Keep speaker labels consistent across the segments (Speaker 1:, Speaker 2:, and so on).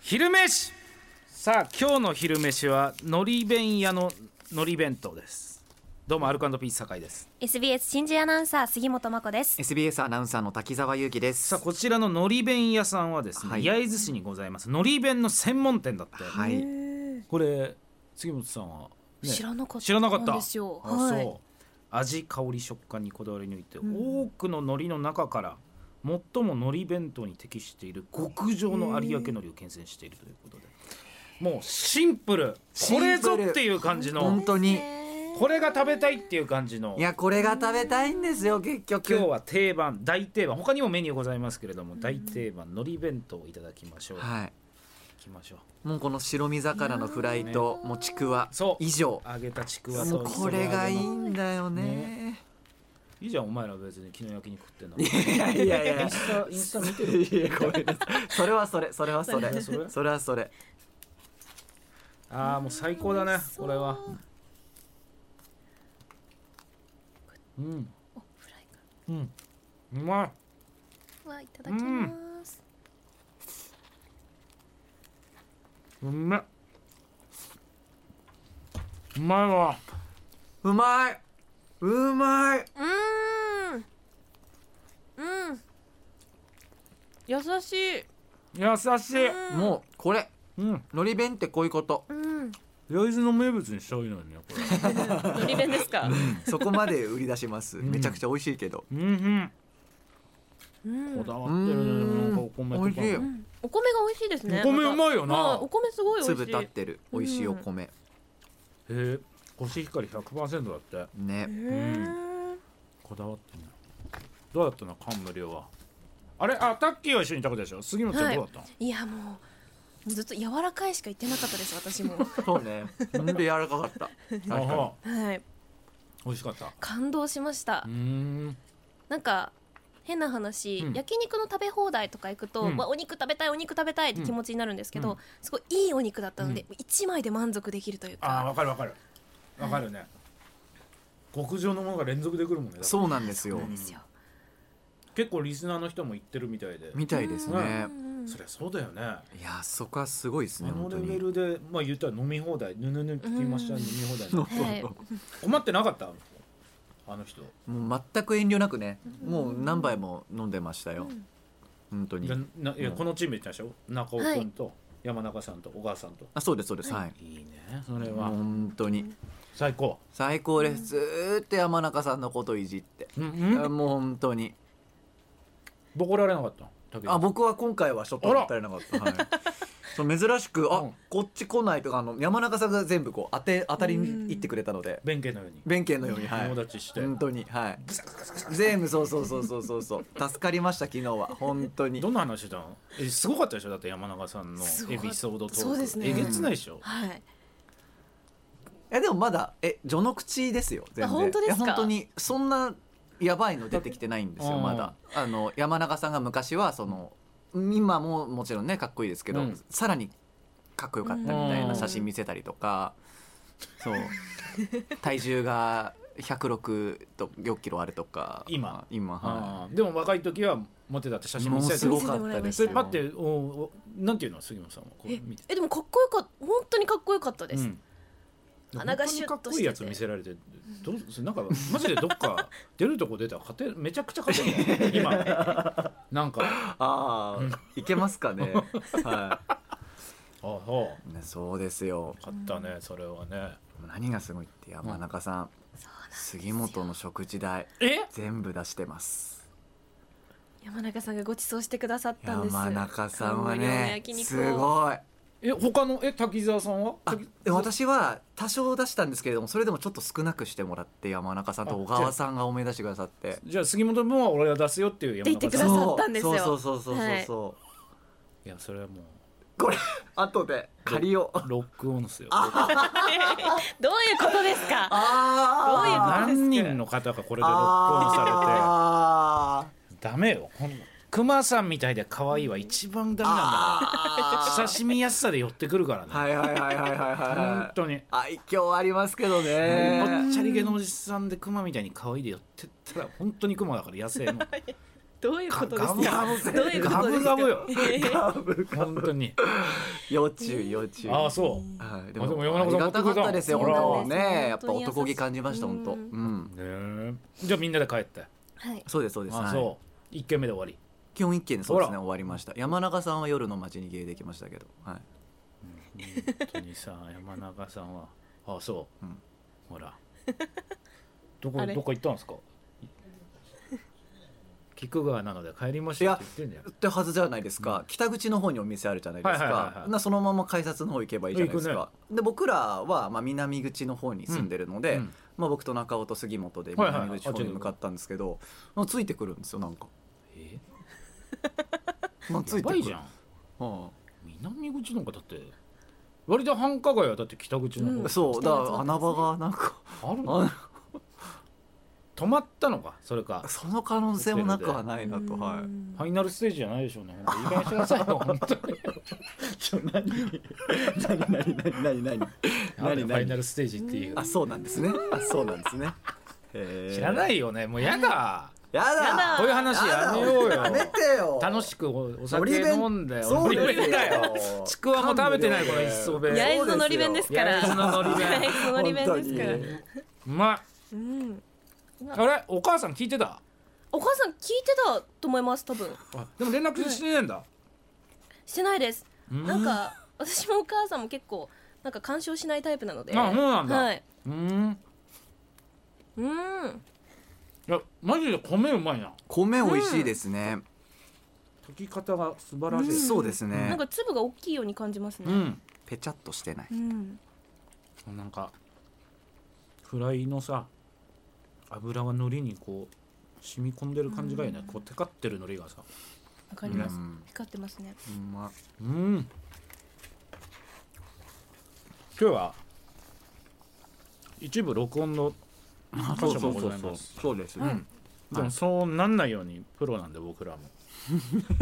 Speaker 1: 昼飯さあ今日の昼飯はのり弁屋ののり弁当ですどうもアルコピース酒井です
Speaker 2: SBS 新人アナウンサー杉本真子です。
Speaker 3: SBS アナウンサーの滝沢祐希です。
Speaker 1: さあこちらののり弁屋さんはですね、
Speaker 3: はい
Speaker 1: 焼津市にございますのり弁の専門店だって、
Speaker 3: はい。
Speaker 1: これ杉本さんは、ね
Speaker 2: 知らなかった。
Speaker 1: 知らなかった
Speaker 2: ですよ。
Speaker 1: あ
Speaker 2: はい。
Speaker 1: そう味香り食感にこだわり抜いて、多くの海苔の中から最も海苔弁当に適している極上の有明海苔を厳選しているということでもうシンプル
Speaker 3: シン
Speaker 1: こ
Speaker 3: プ
Speaker 1: れ
Speaker 3: ル
Speaker 1: ぞっていう感じの
Speaker 3: 本当に。
Speaker 1: これが食べたいっていう感じの
Speaker 3: いやこれが食べたいんですよ結局。
Speaker 1: 今日は定番大定番他にもメニューございますけれども大定番海苔弁当をいただきましょう、い、
Speaker 3: はい。
Speaker 1: きましょう
Speaker 3: もうこの白身魚のフライともうちくわ
Speaker 1: そう
Speaker 3: 以上。
Speaker 1: 揚げたちくわ
Speaker 3: も
Speaker 1: と
Speaker 3: うこれがいい
Speaker 1: 磯の揚げの
Speaker 3: んだよね。
Speaker 1: いいじゃんお前ら別に昨日焼肉食ってんだ
Speaker 3: いやいやいや
Speaker 1: イン。スタインスタ見てる
Speaker 3: いやごめんなさい。それはそれそれはそ
Speaker 1: それ
Speaker 3: れ
Speaker 1: はそれ
Speaker 3: それはそれ。
Speaker 1: ああもう最高だねこれはうん
Speaker 2: おフライか
Speaker 1: うんうまい
Speaker 2: ら。はいただきます。
Speaker 1: うめうまいわ
Speaker 3: うまいうまいう
Speaker 2: ーん。うん。優しい。
Speaker 1: 優しい
Speaker 3: もうこれ
Speaker 1: うん
Speaker 3: 海苔弁ってこういうこと。
Speaker 2: うん。
Speaker 1: 焼津の名物にしたいのにねこれ
Speaker 2: のり弁ですか。
Speaker 3: そこまで売り出します。
Speaker 1: ん
Speaker 3: めちゃくちゃ美味しいけど。
Speaker 1: うん
Speaker 2: うん。
Speaker 1: うんこだ
Speaker 2: お
Speaker 1: わってるねなんかお米
Speaker 3: 美味しい
Speaker 1: とか。
Speaker 2: 米が美味しいですね。
Speaker 1: お米う
Speaker 2: い。
Speaker 1: まいよ
Speaker 2: まあ
Speaker 1: な
Speaker 2: お米すごい美
Speaker 3: 粒
Speaker 2: 味しい。
Speaker 3: 立ってる美味しいお米。
Speaker 1: へえコシヒカリ100%だって
Speaker 3: ね。
Speaker 2: へー
Speaker 1: こだわってんだどうだったの感無量はあれあタッキーは一緒にいたことでしょ杉本ちゃんどうだっ
Speaker 2: いやもうもうずっと柔らかいしか言ってなかったです 私も。
Speaker 3: そうね。ほんで柔らかかった。確
Speaker 1: たの、
Speaker 3: か
Speaker 1: あ
Speaker 3: に
Speaker 1: は
Speaker 2: はい。
Speaker 1: 美味しかった
Speaker 2: 感動しました
Speaker 1: うー。ん
Speaker 2: なんか変な話、
Speaker 1: うん
Speaker 2: 焼肉の食べ放題とか行くと、
Speaker 1: うん
Speaker 2: わお肉食べたいお肉食べたいって気持ちになるんですけど、
Speaker 1: うん
Speaker 2: すごいいいお肉だったので、一枚で満足できるという
Speaker 1: あー
Speaker 2: か
Speaker 1: わかるわかるわかるね、極上のものが連続でくるもんねだから
Speaker 3: そうなんですよ。
Speaker 2: なんですよ。
Speaker 1: 結構リスナーの人も言ってるみたいで、
Speaker 3: みたいですね
Speaker 2: う。ん
Speaker 1: そりゃそうだよねあ
Speaker 3: いやそこはすごいですね
Speaker 1: の
Speaker 3: 本当
Speaker 1: レベ
Speaker 3: に。
Speaker 1: ルでまあ言ったら飲み放題ぬぬぬ聞きました、
Speaker 2: うん
Speaker 1: 飲み放題
Speaker 3: そう
Speaker 1: の
Speaker 3: そう
Speaker 2: はい
Speaker 1: 困ってなかったあの人
Speaker 3: もう全く遠慮なくね、もう何杯も飲んでましたよ。本当に
Speaker 1: で。ないや
Speaker 3: うん
Speaker 1: このチームいったでしょ中尾君と山中さんと小川さんと、
Speaker 3: あそうですそうですはい。
Speaker 1: いいねそれ
Speaker 3: もう
Speaker 1: は、
Speaker 3: 本当に
Speaker 1: 最高
Speaker 3: 最高です。ずーっと山中さんのこといじって。
Speaker 1: うん
Speaker 3: あもう本当に。
Speaker 1: ボコられなかっただけど
Speaker 3: あ僕は今回はちょっと当たれなかった。はい。 そう珍しくあ、
Speaker 1: うん
Speaker 3: こっち来ないとかあの山中さんが全部こう当て当たりに行ってくれたので、
Speaker 1: 弁慶のように
Speaker 3: 弁慶のようにはい。
Speaker 1: 友達して、
Speaker 3: 本当にはい。 全部そうそうそうそうそうそう助かりました昨日は本当に
Speaker 1: ど。んな話してたのえすごかったでしょだって山中さんの
Speaker 2: すご
Speaker 1: エ
Speaker 2: かった
Speaker 1: ピソードトーク
Speaker 2: そうですね
Speaker 1: えげつないでしょ、
Speaker 2: はい。
Speaker 3: いやでもまだえ序の口ですよ全然
Speaker 2: あ本当ですか
Speaker 3: いや本当にそんなやばいの出てきてないんです
Speaker 1: う
Speaker 3: よ
Speaker 1: ん
Speaker 3: まだあの山中さんが昔はその今ももちろんねかっこいいですけど、
Speaker 1: うん
Speaker 3: さらにかっこよかったみたいな写真見せたりとか、 そう体重が106と4キロあるとか
Speaker 1: 今
Speaker 3: 今は
Speaker 1: あーでも若い時はモテたって写
Speaker 3: い
Speaker 1: 真
Speaker 3: も
Speaker 1: 見
Speaker 3: う
Speaker 1: せて
Speaker 3: す
Speaker 1: た
Speaker 3: ご
Speaker 1: よ
Speaker 3: かったで
Speaker 1: そ
Speaker 3: す
Speaker 1: れ
Speaker 3: よ
Speaker 1: パッておおなんていうの杉本さんはこう見て
Speaker 2: えでもかっこよかった本当にかっこよかったです。
Speaker 1: うん
Speaker 2: 鼻がシュッ
Speaker 1: 本
Speaker 2: と
Speaker 1: 当にかっこ
Speaker 2: して
Speaker 1: いい
Speaker 2: て
Speaker 1: やつ見せられてどうそれなん かマジでどっか出るとこ出たら勝てるめちゃくちゃ勝てるよ今 なんかあ
Speaker 3: ああいけます かねは
Speaker 1: そ
Speaker 3: いねそうですよ
Speaker 1: う勝ったねそれはね
Speaker 3: 何がすごいって山中さん、杉本の食事代
Speaker 1: え
Speaker 3: 全部出してます
Speaker 2: 山中さんがご馳走してくださったんです。
Speaker 3: 山中さん
Speaker 2: 無
Speaker 3: は
Speaker 2: 料の
Speaker 3: ね
Speaker 2: 焼肉
Speaker 3: す
Speaker 2: を
Speaker 3: ごい
Speaker 1: え他のえ滝沢さんは
Speaker 3: あ
Speaker 1: 滝
Speaker 3: で私は多少出したんですけれどもそれでもちょっと少なくしてもらって山中さんと小川さんが思い出してくださって
Speaker 1: じゃあ杉本君は俺が出すよっていう山中
Speaker 2: って言ってく
Speaker 1: さん
Speaker 2: ださ
Speaker 1: い
Speaker 2: ったんですよ
Speaker 3: そうそうそうそうそうそう、
Speaker 1: やそれはもう
Speaker 3: これ後で借りよう
Speaker 1: ロックオンですよ
Speaker 2: どういうことですか。どういうこと
Speaker 3: あー
Speaker 1: 何人の方がこれでロックオンさ
Speaker 3: あー
Speaker 1: れてダメよほんクマさんみたいで可愛いは一番ダメなんだよ
Speaker 3: あー
Speaker 1: 親しみやすさで寄ってくるからね、
Speaker 3: はいはいはいはいは
Speaker 1: 本
Speaker 3: いは
Speaker 1: 当に
Speaker 3: い愛嬌ありますけどね
Speaker 1: ぽっちゃり系のおじさんでクマみたいに可愛いで寄ってったら本当にクマだから野 生の
Speaker 2: どういうことです
Speaker 1: ガブ
Speaker 2: か。
Speaker 1: ガブ
Speaker 2: どういうことですか
Speaker 1: ガブガブよ
Speaker 2: えー
Speaker 3: ガブ
Speaker 1: 本当に
Speaker 3: 要注意要注意
Speaker 1: ああそう
Speaker 3: はい、
Speaker 1: あでも山中さん
Speaker 3: ありがたかったですよ
Speaker 1: 持って
Speaker 3: 本
Speaker 1: くれた
Speaker 3: 当ねやっぱ
Speaker 2: 本当に優しい
Speaker 3: 男気感じました本当う
Speaker 2: うん
Speaker 3: ん
Speaker 1: うねえじゃあみんなで帰って
Speaker 2: はい
Speaker 3: そうですそうです
Speaker 1: あ
Speaker 3: はい
Speaker 1: そう一軒目で終わり
Speaker 3: 基本一件でそうです
Speaker 1: ほ
Speaker 3: ね
Speaker 1: ら
Speaker 3: 終わりました山中さんは夜の街に芸できましたけどはい
Speaker 1: 本当にさ 山中さんはあそう、
Speaker 3: うん
Speaker 1: ほらどこ
Speaker 2: あ
Speaker 1: ど
Speaker 2: れ
Speaker 1: っか行ったんです か菊川なので帰りまし
Speaker 3: い
Speaker 1: ょう
Speaker 3: や
Speaker 1: って言ってんじゃん
Speaker 3: ってはずじゃないですか、北口の方にお店あるじゃないですか、
Speaker 1: はいはいはいはい
Speaker 3: なそのまま改札の方行けばいいじゃないです
Speaker 1: 行
Speaker 3: か、で僕らはまあ南口の方に住んでるので、
Speaker 1: うん
Speaker 3: まあ、僕と中尾と杉本で
Speaker 1: はいはいはい
Speaker 3: 南口の方に向かったんですけど、まあついてくるんですよなんか、
Speaker 1: え
Speaker 3: まあ、つ
Speaker 1: や
Speaker 3: いて
Speaker 1: ば
Speaker 3: くる
Speaker 1: いじゃん
Speaker 3: は
Speaker 1: 南口なんかだって割と繁華街はだって北口の
Speaker 3: あ
Speaker 1: 方、
Speaker 3: そうだから穴場がなんか
Speaker 1: あるの
Speaker 3: あ
Speaker 1: 止まったのかそれか
Speaker 3: その可能性もなくはないなとはい
Speaker 1: ファイナルステージじゃないでしょうね本当いい加減にしてくださいよ本当に
Speaker 3: ちょ何何何何何何
Speaker 1: なんで
Speaker 3: 何
Speaker 1: ファイ
Speaker 3: 何
Speaker 1: ナルステージっていう
Speaker 3: あそうなんですねあそうなんですね
Speaker 1: 知らないいよねもうやだ
Speaker 3: やだ
Speaker 2: や だ
Speaker 1: こういう話やめようよ
Speaker 3: やめてよ
Speaker 1: 楽しくおお酒飲んで
Speaker 3: そう
Speaker 1: お
Speaker 3: です
Speaker 1: 弁だよ
Speaker 3: よ
Speaker 1: ちくわも食べてないこの一層弁
Speaker 2: 八重
Speaker 3: や
Speaker 2: 洲ののり弁ですから
Speaker 1: 八重洲ののり弁
Speaker 2: 八重洲ののり弁ですから
Speaker 3: 本当に
Speaker 1: うまい
Speaker 2: うん
Speaker 1: あれお母さん聞いてた
Speaker 2: お母さん聞いてたと思います多分
Speaker 1: あでも連絡してねえんだ、
Speaker 2: してないです
Speaker 1: うん
Speaker 2: なんか私もお母さんも結構なんか干渉しないタイプなので
Speaker 1: あそうなんだ
Speaker 2: はいう
Speaker 1: ーん
Speaker 2: うん
Speaker 1: いやマジで米うまいな
Speaker 3: 米美味しいですね
Speaker 1: 炊き方が素晴らしい、
Speaker 2: うん
Speaker 3: そうです
Speaker 2: な
Speaker 3: ね
Speaker 2: んか粒が大きいように感じます
Speaker 1: う
Speaker 2: ね
Speaker 1: ん
Speaker 3: ぺちゃっとしてない
Speaker 2: うん
Speaker 1: なんかフライのさ油が海苔にこう染み込んでる感じがいいね、こうテカってる海苔がさ
Speaker 2: わかります
Speaker 3: うん
Speaker 2: 光ってますね
Speaker 3: うま
Speaker 1: うん今日は一部録音の箇所もございます
Speaker 3: そうですね
Speaker 1: でもそうなんないようにプロなんで僕らも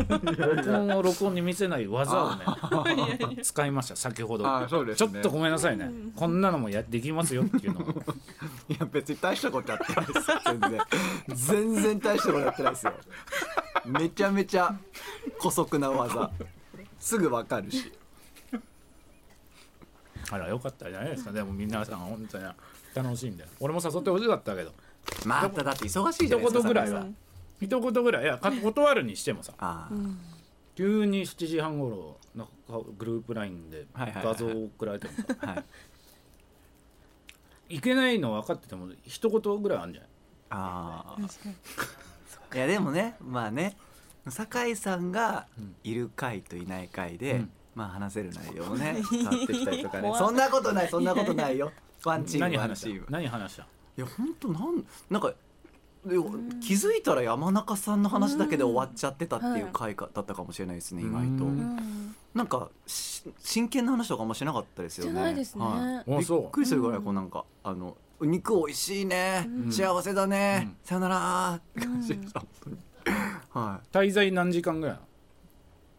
Speaker 1: 録音を録音に見せない技 をね使いました先ほど
Speaker 3: あそうです
Speaker 1: ちょ
Speaker 3: ね
Speaker 1: っとごめんなさいね、こんなのもやできますよっていうのを
Speaker 3: いや別に大したことやってないですよ全然全然大したことやってないですよめちゃめちゃ古速な技すぐわかるし
Speaker 1: あらよかったじゃないですかでも皆さん本当に楽しいんで俺も誘ってほしかったけど
Speaker 3: まただって忙しいじゃ
Speaker 1: 一
Speaker 3: ないですか
Speaker 1: 言ぐらいは
Speaker 3: 坂井
Speaker 1: 一言ぐらいいやか断るにしてもさ
Speaker 3: さんああ
Speaker 1: 急に7時半頃なんかグループ LINE で
Speaker 3: はいはいはいはい
Speaker 1: 画像を送られてもさ
Speaker 3: はい、
Speaker 1: いけないの分かってても一言ぐらいあるんじゃない
Speaker 3: あ
Speaker 2: 確かに
Speaker 3: あいやでもねまあね酒井さんがいる回といない回で、
Speaker 1: うん
Speaker 3: まあ話せる内容をね 変わってきたりとかね
Speaker 2: 怖い
Speaker 3: そんなことないそんなことないよワンチー
Speaker 1: 何
Speaker 3: ムワン
Speaker 1: 話
Speaker 3: チー
Speaker 1: し
Speaker 3: ム
Speaker 1: た何話した
Speaker 3: いや本当なんなんかで気づいたら山中さんの話だけで終わっちゃってたっていう回かだったかもしれないですね意外と
Speaker 1: うん
Speaker 2: うん
Speaker 3: なんかし真剣な話とかあんましなかったですよね
Speaker 2: してないですね
Speaker 3: は
Speaker 1: あ
Speaker 3: い、び
Speaker 1: そう
Speaker 3: っくりするぐらいこうなんかあのお肉美味しいね、
Speaker 1: ん
Speaker 3: 幸せだね、
Speaker 1: うん
Speaker 3: さよならって感じでした、本当にはい
Speaker 1: 滞在何時間ぐらいなの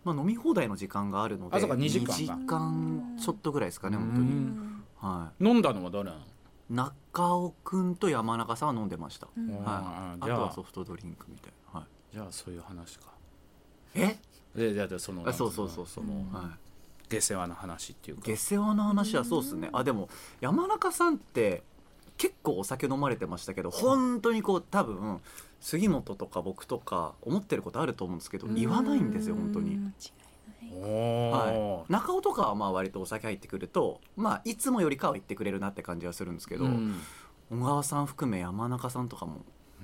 Speaker 3: まあ、飲み放題の時間があるので
Speaker 1: あそうか2時間か
Speaker 3: 2時間ちょっとぐらいですかね本当
Speaker 1: う
Speaker 3: に、
Speaker 1: ん
Speaker 3: は
Speaker 1: 飲んだのは誰なの
Speaker 3: い、中尾くんと山中さんは飲んでました、
Speaker 2: ん
Speaker 3: は
Speaker 1: あ
Speaker 3: い、
Speaker 1: ー
Speaker 3: あ
Speaker 1: じゃあ
Speaker 3: とはソフトドリンクみたいな、はい、
Speaker 1: じゃあそういう話か
Speaker 3: え
Speaker 1: でででその
Speaker 3: あそうそうそうそう、
Speaker 1: の
Speaker 3: は
Speaker 1: 下世話の話っていう
Speaker 3: い、
Speaker 1: か
Speaker 3: 下世話の話はそうですねあでも山中さんって結構お酒飲まれてましたけど本当にこう多分杉本とか僕とか思ってることあると思うんですけど言わないんですよ本当に
Speaker 2: うん
Speaker 1: おおー、
Speaker 3: 中尾とかはまあ割とお酒入ってくるとまあいつもよりかは言ってくれるなって感じはするんですけど、
Speaker 1: うん
Speaker 3: 小川さん含め山中さんとかも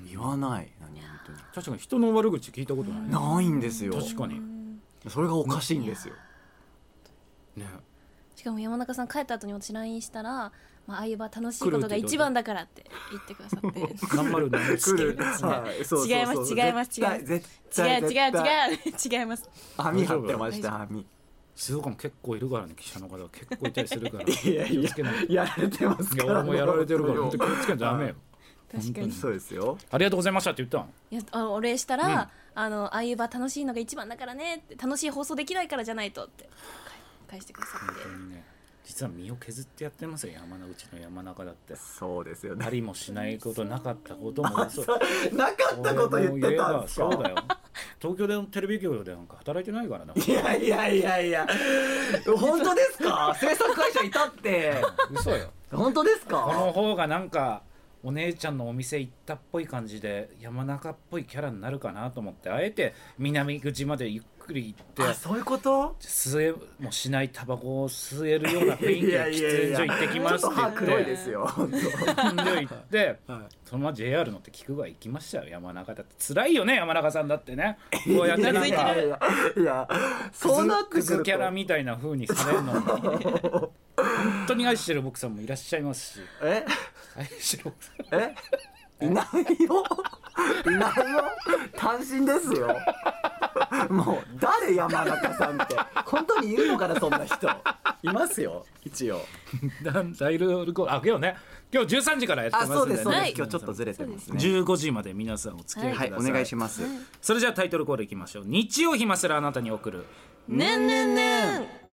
Speaker 3: 言わない何本当に
Speaker 1: 確かに人の悪口聞いたことない、ね
Speaker 3: ないんですよ
Speaker 1: 確かに
Speaker 3: それがおかしいんですよ
Speaker 2: しかも山中さん帰った後に私 LINE したら「まあ、相場楽しいことが一番だから」って言ってくださって「
Speaker 1: 頑張るんだね
Speaker 3: 来る、はい、そうそうそう
Speaker 2: 違います違います
Speaker 3: 絶
Speaker 2: 違
Speaker 3: 対
Speaker 2: います
Speaker 3: 絶対
Speaker 2: 違う違う
Speaker 3: 絶対
Speaker 2: 違う違い ます
Speaker 3: 網張ってました網
Speaker 1: 静岡も結構いるからね記者の方が結構いたりするから
Speaker 3: いやいや
Speaker 1: 気をつけないい
Speaker 3: やられてます
Speaker 1: や
Speaker 3: から
Speaker 1: 俺もやられてるから本当
Speaker 3: 本
Speaker 1: 気をつけないとダメよ
Speaker 2: 確か
Speaker 1: 本当に
Speaker 2: に
Speaker 3: そうですよ
Speaker 1: ありがとうございましたって言ったの
Speaker 2: いやあお礼したら「あの相場楽しいのが一番だからね」って「楽しい放送できないからじゃないと」って返してくださ
Speaker 1: 本
Speaker 2: って
Speaker 1: 当にね実は身を削ってやってますよ山のうちの山中だって
Speaker 3: そうですよ
Speaker 1: あ
Speaker 3: ね
Speaker 1: りもしないことなかったこともそう
Speaker 3: なかったこと言ってたんです
Speaker 1: そう
Speaker 3: か
Speaker 1: だよ東京でテレビ業でなんか働いてないからな
Speaker 3: いやいやいやいや本当ですか制作会社いたって
Speaker 1: 嘘よ
Speaker 3: 本当です
Speaker 1: この
Speaker 3: か
Speaker 1: 方がなんかお姉ちゃんのお店行ったっぽい感じで山中っぽいキャラになるかなと思ってあえて南口までゆっくり行って
Speaker 3: あそういうこと
Speaker 1: 吸えもしないタバコを吸えるような雰囲気
Speaker 3: い
Speaker 1: で
Speaker 3: やいや
Speaker 1: 喫煙
Speaker 3: いや
Speaker 1: 所行ってきます
Speaker 3: ちょ
Speaker 1: っ
Speaker 3: っ
Speaker 1: 言
Speaker 3: てと歯
Speaker 1: って
Speaker 3: 黒いですよ本
Speaker 1: 喫煙所行って
Speaker 3: 当はい
Speaker 1: そのまま JR 乗って菊川行きましたよ山中だって辛いよね山中さんだって ねこうやってなん
Speaker 2: いや
Speaker 1: か
Speaker 2: い
Speaker 3: やいやそうなって
Speaker 1: ク
Speaker 3: く
Speaker 1: ズ
Speaker 3: る
Speaker 1: キャラ
Speaker 3: と
Speaker 1: みたいな風にされるの本当に愛してる僕さんもいらっしゃいますし
Speaker 3: え
Speaker 1: 愛してる僕さん
Speaker 3: え いないよいないよ単身ですよもう誰山中さんって本当にいるのかなそんな人いますよ一応
Speaker 1: なんダイルコールあ今日ね今日13時からやってま
Speaker 3: あ
Speaker 1: すんで、ね、
Speaker 3: そうですそうです、
Speaker 2: はい
Speaker 3: 今日ちょっとずれてますね
Speaker 1: 15時まで皆さんお付き合いくだ
Speaker 3: は
Speaker 1: さ
Speaker 3: い
Speaker 1: い、
Speaker 3: お願いします、
Speaker 1: それじゃあタイトルコールいきましょう日曜日ますらあなたに送る
Speaker 2: ねんねんねん